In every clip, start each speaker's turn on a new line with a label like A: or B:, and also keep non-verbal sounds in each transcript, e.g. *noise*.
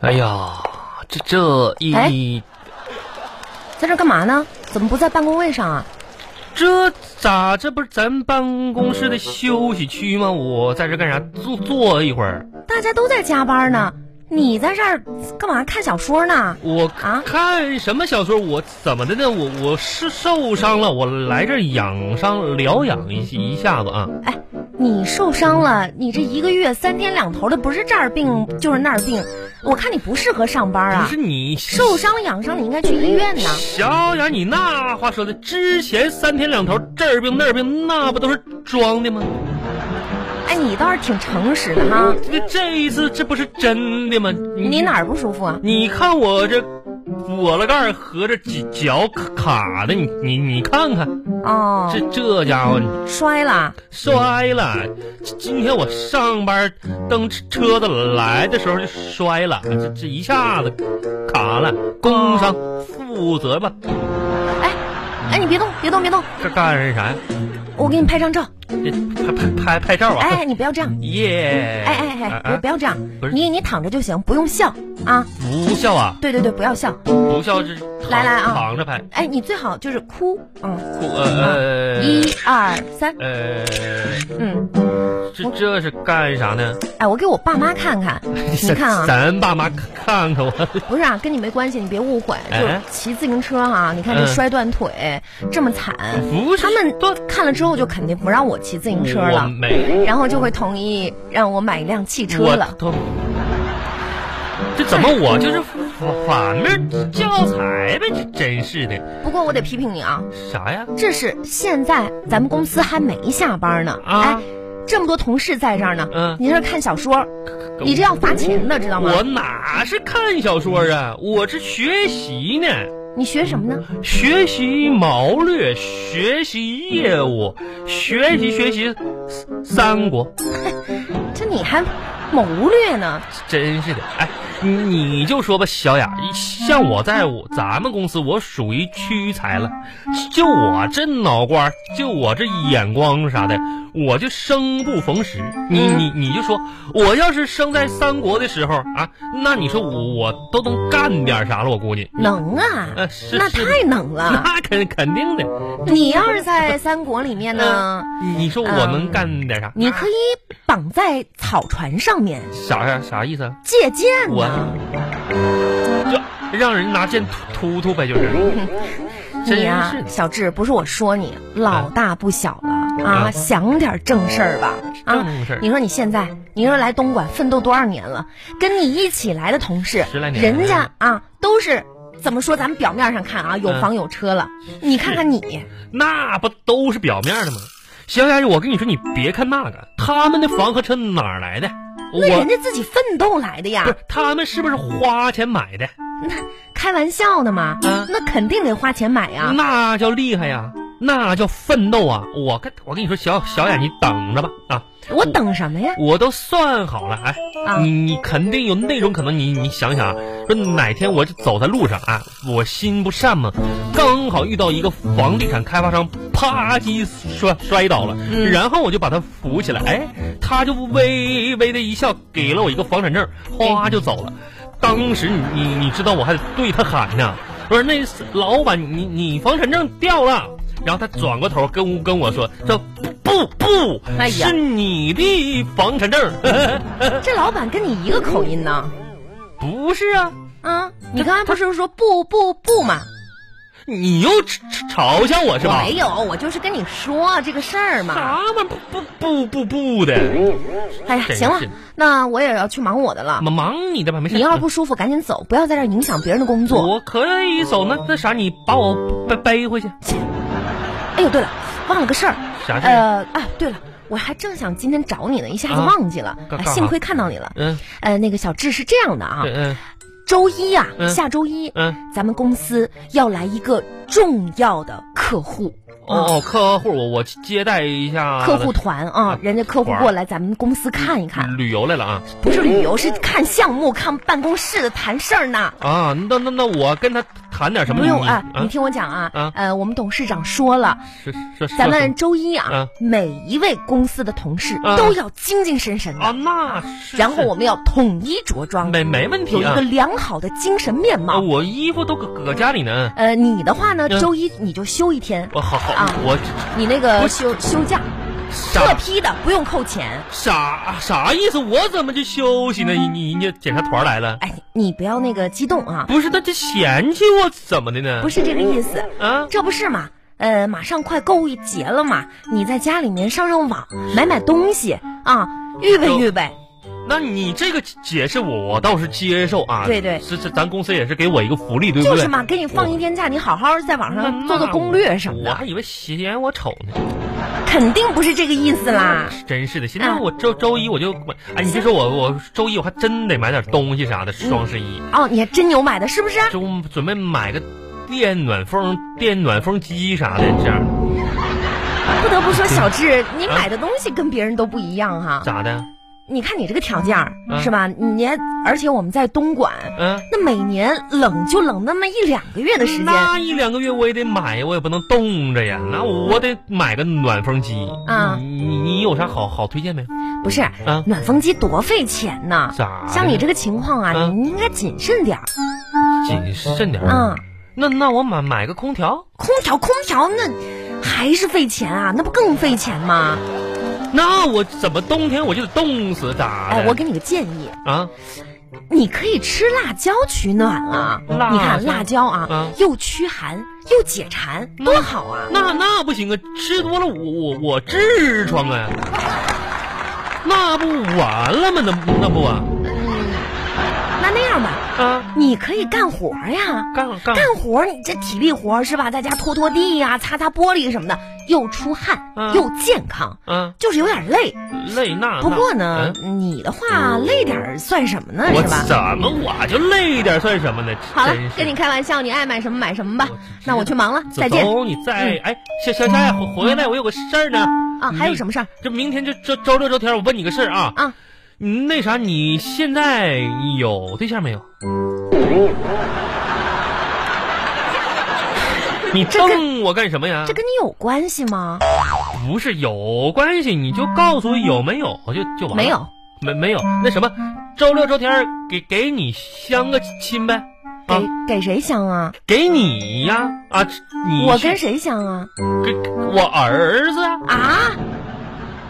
A: 哎这一
B: 哎在这儿干嘛呢？怎么不在办公位上啊？
A: 这咋这不是咱办公室的休息区吗？我在这干啥？坐坐一会儿，
B: 大家都在加班呢，你在这儿干嘛看小说呢？
A: 我
B: 啊
A: 看什么小说？我怎么的呢？我我是受伤了，我来这儿养伤疗养一一下子啊。
B: 哎，你受伤了，你这一个月三天两头的，不是这儿病就是那儿病，我看你不适合上班
A: 不
B: 啊
A: 是。你
B: 受伤了养伤，你应该去医院呐。
A: 小雅，你那话说的，之前三天两头这儿病那儿病，那不都是装的吗？
B: 哎，你倒是挺诚实的哈。
A: 这这一次这不是真的吗？
B: 你哪儿不舒服啊？
A: 你看我这抹了盖儿合着几脚卡的，你你你看看，
B: 哦，
A: 这这家伙
B: 摔了。
A: 摔了。今今天我上班蹬车子来的时候就摔了，这这一下子卡了，工伤负责吧。
B: 哎，哎，你别动，别动，别动，
A: 这干啥呀？
B: 我给你拍张照。
A: 这拍拍拍拍照啊！
B: 哎，你不要这样。
A: 耶！
B: 哎哎
A: 啊
B: 哎，
A: 啊
B: 不不要这样
A: 不是，
B: 你你躺着就行，不用笑啊。
A: 不笑啊，
B: 对对对，不要笑。
A: 不笑是躺
B: 来来啊
A: 躺着拍，
B: 哎，你最好就是哭，嗯，
A: 哭呃
B: 一二三，
A: 呃呃，
B: 嗯，
A: 这这是干啥呢？
B: 哎，我给我爸妈看
A: *laughs*
B: 看，你看啊，
A: 咱爸妈看看我，
B: 不是啊，跟你没关系，你别误会，就是
A: 哎
B: 骑自行车哈、你看这
A: 嗯
B: 摔断腿这么惨，
A: 不是
B: 他们
A: 断
B: 看了之后就肯定不让我骑自行车
A: 我
B: 了，
A: 没
B: 然后就会同意让我买一辆汽车
A: 我
B: 了。
A: 都，这怎么我就是反面教材呗？这真是的，
B: 不过我得批评你啊，
A: 啥呀？
B: 这是现在咱们公司还没下班呢，
A: 啊
B: 哎，这么多同事在这儿呢，
A: 嗯
B: 你在这看小说，你这要罚钱的，知道吗？
A: 我哪是看小说啊，我是学习呢。
B: 你学什么呢？
A: 学习谋略，学习业务，学习学习三三国，
B: 这你还谋略呢？
A: 真是的。哎，你你就说吧，小雅，像我在我咱们公司，我属于屈才了。就我这脑瓜儿，就我这眼光啥的，我就生不逢时。你
B: 嗯
A: 你你就说，我要是生在三国的时候啊，那你说我我都能干点啥了？我估计，
B: 能啊，
A: 呃是
B: 那
A: 是
B: 太
A: *laughs*
B: 能了。
A: 那肯肯定的。
B: 你要是在三国里面呢，
A: 嗯，你说我能干点啥？
B: 你可以绑在草船上面
A: 啥呀？啥意思啊？
B: 借箭呢。
A: 就让人拿剑突突突呗，就是。真
B: *laughs* 你呀、
A: 是的，
B: 小智，不是我说你，老大不小了啊，
A: 啊
B: 想点正事儿吧啊
A: 正事儿！
B: 你说你现在，你说来东莞奋斗多少年了？跟你一起来的同事
A: 十来，年
B: 人家啊都是怎么说？咱们表面上看啊，有
A: 嗯
B: 房有车了，你看看你，
A: 那不都是表面的吗？小雅，我跟你说，你别看那个，他们的房和车哪儿来的？
B: 那
A: 我
B: 人家自己奋斗来的呀
A: 不。是他们是不是花钱买的？
B: 开玩笑呢嘛，
A: 嗯
B: 那肯定得花钱买啊呀。
A: 那叫厉害呀，那叫奋斗啊！我跟我跟你说，小小雅，你等着吧啊！
B: 我等什么呀？
A: 我都算好了，哎，
B: 啊
A: 你你肯定有那种可能你，你想想啊，说哪天我就走在路上啊，我心不善嘛，刚好遇到一个房地产开发商，啪叽摔摔倒了，
B: 嗯
A: 然后我就把他扶起来，哎，他就微微的一笑，给了我一个房产证，哗就走了。当时你你你知道我还对他喊呢，我说那老板你你房产证掉了。然后他转过头跟我跟我说：“说不不，
B: 哎呀
A: 是你的房产证。嗯
B: 这老板跟你一个口音呢。
A: *laughs* 不是啊，
B: 啊，你刚才不是说不不不吗？
A: 你又嘲嘲笑我是
B: 我
A: 吧？
B: 没有，我就是跟你说这个事儿嘛。
A: 啥玩意儿不不不不不的，
B: 哎呀，
A: 真是
B: 行了，那我也要去忙我的了。
A: 忙忙你的吧，没事。
B: 你要是不舒服，赶紧走，不要在这儿影响别人的工作。
A: 我可以走，那那啥，你把我背背回去。
B: 哎呦，对了，忘了个事儿。
A: 啥事儿
B: 呃，啊，对了，我还正想今天找你呢，一下子
A: 啊
B: 忘记了。
A: 干
B: 哎
A: 干
B: 幸
A: 啥
B: 亏看到你了。
A: 嗯
B: 呃，那个小智是这样的啊，
A: 嗯
B: 周一呀、
A: 嗯
B: 下周一，
A: 嗯，
B: 咱们公司要来一个重要的客户。
A: 哦，客户，我我接待一下
B: 啊客户团啊
A: 啊，
B: 人家客户
A: 团儿
B: 过来咱们公司看一看，
A: 旅游来了啊
B: 不是旅游，是看项目、看办公室的谈事儿呢。
A: 啊，那那那我跟他谈点什么？
B: 不用
A: 你
B: 啊
A: 啊，，
B: 你听我讲啊，
A: 啊
B: 呃，我们董事长说了，
A: 是是是
B: 咱们周一啊
A: 啊，
B: 每一位公司的同事
A: 啊
B: 都要精精神神
A: 啊，
B: 的，
A: 那是
B: 然后我们要统一着装，
A: 没没问
B: 有
A: 题
B: 一
A: 啊
B: 个。良好的精神面
A: 啊，
B: 貌。
A: 我衣服都搁搁家里呢。
B: 呃，你的话呢，
A: 嗯
B: 周一你就休一天，
A: 我好好，
B: 啊
A: 我
B: 你那个休休假，特
A: 傻
B: 批的，不用扣钱。
A: 傻啥意思？我怎么就休息呢？你你人家检查团来了，
B: 哎，你不要那个激动啊，
A: 不是他这嫌弃我怎么的呢？
B: 不
A: 是
B: 是这个意思，
A: 啊，
B: 这不是嘛？呃，马上快购物节了嘛，你在家里面上上网，买买东西啊，预备预备。
A: 那你这个解释我我倒是接受啊。
B: 对对
A: 这这咱公司也是给我一个福嗯利，对不
B: 就
A: 对？
B: 是嘛，给你放一天假，你好好在网
A: 那
B: 上做做攻略什么
A: 我
B: 的
A: 还，以为嫌我丑呢，
B: 肯定不是这个意思啦。
A: 真是的。现在我周周一我就买，哎，你别说我，我周一我还真得买点东西啥的。双十一，
B: 哦，你还真有买的，是不是？
A: 就准备买个电暖风、电暖风机啥的，这样
B: 不得不说，小智，你买的东西跟别人都不一样哈。
A: 咋的？
B: 你看你这个条件儿
A: 嗯
B: 是吧？你还而且我们在东莞，
A: 嗯、
B: 那每年冷就冷那么一两个月的时间啊。
A: 那一两个月我也得买呀，我也不能冻着呀。那我得买个暖风机
B: 啊
A: 你你你有啥好好推荐没？
B: 不是，
A: 嗯
B: 暖风机多费钱呢。
A: 咋的？
B: 像你这个情况啊，
A: 嗯
B: 你应该谨慎点儿。
A: 谨慎点儿。
B: 嗯，
A: 那那我买买个空调，
B: 空调空调那还是费钱啊，那不更费钱吗？
A: 那我怎么冬天我就得冻死咋的？
B: 哎，我给你个建议，
A: 啊，
B: 你可以吃辣椒取暖啊。
A: 辣椒
B: 你看辣椒啊，
A: 嗯
B: 又驱寒又解馋，多好啊！
A: 那那不行啊，吃多了我我我痔疮啊，那不完了吗？那那不啊
B: 那那样吧，
A: 啊，
B: 你可以干活呀。
A: 干干
B: 干活，你这体力活是吧？在家拖拖地呀、擦擦玻璃什么的，又出汗、
A: 嗯
B: 又健康，
A: 啊，
B: 就是有点累。
A: 累那
B: 不过
A: 那
B: 呢
A: 嗯，
B: 你的话累点儿算什么呢？
A: 我
B: 是吧？
A: 怎么我就累一点算什么呢？
B: 好了
A: 真，是
B: 跟你开玩笑，你爱买什么买什么吧
A: 我知。
B: 那我去忙了，再见嗯
A: 走，你再哎，小小夏呀，回回来，我有个事儿呢。
B: 啊！还有什
A: 么？
B: 么事儿
A: 这明天就周周六周天，我问你个事儿啊。
B: 啊？
A: 嗯那啥，你现在有对象没
B: *laughs*
A: 有？你瞪我干什么呀
B: 这？跟你有关系吗？
A: 不是有关系，你就告诉我有没有就就完了。啊
B: 没，有，
A: 没没有。那什么，周六周天儿给给你相个亲呗，
B: 给、
A: 啊
B: 给谁相啊？
A: 给你呀啊，你
B: 我
A: 是
B: 跟谁相啊？
A: 给我儿子啊
B: 啊？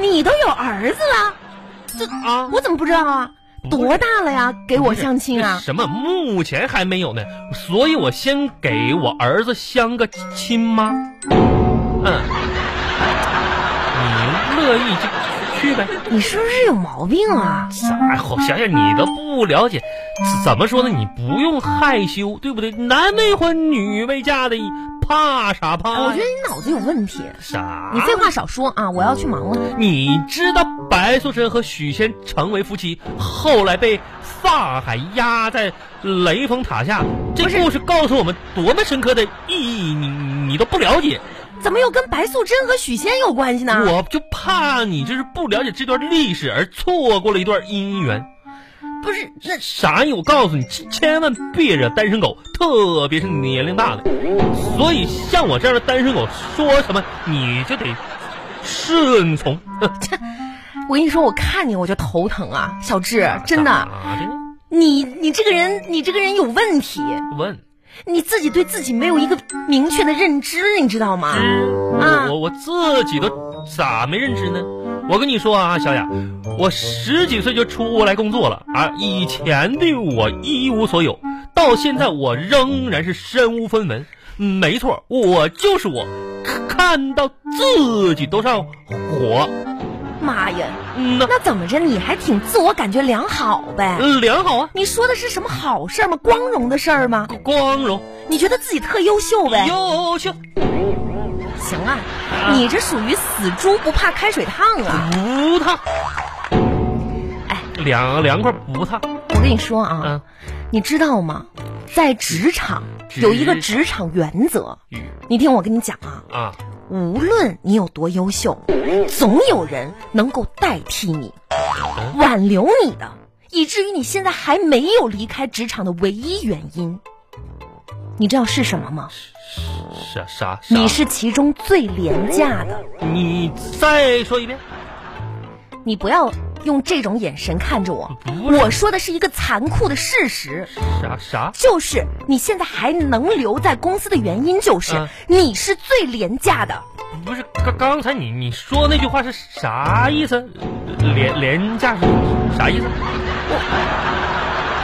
B: 你都有儿子了，
A: 啊。
B: 我怎么不知道啊？
A: 不是
B: 多大了呀？给我相亲
A: 那
B: 啊？
A: 什么？目前还没有呢，所以我先给我儿子相个亲吗？嗯，你乐意就去呗。
B: 你是不是有毛病啊？
A: 哎，好，想想你都不了解，怎怎么说呢？你不用害羞，对不对？男未婚，女未嫁的，怕啥怕呀？
B: 我觉得你脑子有问题。
A: 啥？
B: 你废话少说啊！我要去忙了。
A: 你知道白素贞和许仙成为夫妻，后来被法海压在雷峰塔下，这故事告诉我们多么深刻的意义，你你都不了解，
B: 怎么又跟白素贞和许仙有关系呢？
A: 我就怕你就是不了解这段历史而错过了一段姻缘。
B: 不是那
A: 啥意？我告诉你，千千万别惹单身狗，特别是年龄大的。所以像我这样的单身狗，说什么你就得顺从。
B: 我跟你说，我看你我就头疼啊，小智，
A: *laughs*
B: 真
A: 咋
B: 的，
A: 的啊
B: 你你这个人，你这个人有问题，
A: 问。
B: 你自己对自己没有一个明确的认知，你知道吗？啊
A: 我我我自己都咋没认知呢？我跟你说啊，小雅，我十几岁就出来工作了啊，以前对我一无所有，到现在我仍然是身无分文。没错，我就是我，看到自己都上火。
B: 妈呀，
A: 嗯呐，
B: 那怎么着？你还挺自我感觉良好呗？
A: 良好啊，
B: 你说的是什么好事儿吗？光荣的事儿吗？
A: 光荣
B: 你觉得自己特优秀呗？
A: 优秀。
B: 行啊，你这属于死猪不怕开水烫啊！
A: 不烫。
B: 哎，
A: 凉凉快不烫。
B: 我跟你说啊，
A: 嗯，
B: 你知道吗？在职场
A: 职
B: 有一个职场原则，你听我跟你讲啊，
A: 啊，
B: 无论你有多优秀，总有人能够代替你，挽留你的，以至于你现在还没有离开职场的唯一原因。你知道是什么吗？
A: 啥啥啥？
B: 你是其中最廉价的。
A: 你再说一遍？
B: 你不要用这种眼神看着我，
A: 不是
B: 我说的是一个残酷的事实，
A: 啥啥？
B: 就是你现在还能留在公司的原因就是、
A: 嗯
B: 你是最廉价的。
A: 不是刚刚才你你说那句话是啥意思？廉廉价是啥意思？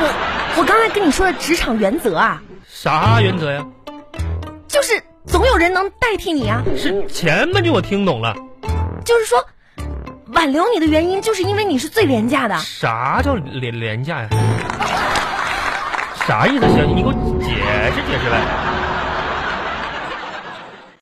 B: 我我刚才跟你说的职场原则啊，
A: 啥原则呀？
B: 就是总有人能代替你啊，
A: 是前半句我听懂了，
B: 就是说挽留你的原因就是因为你是最廉价的。
A: 啥叫廉廉价呀？啥意思？小姐，你给我解释解释呗。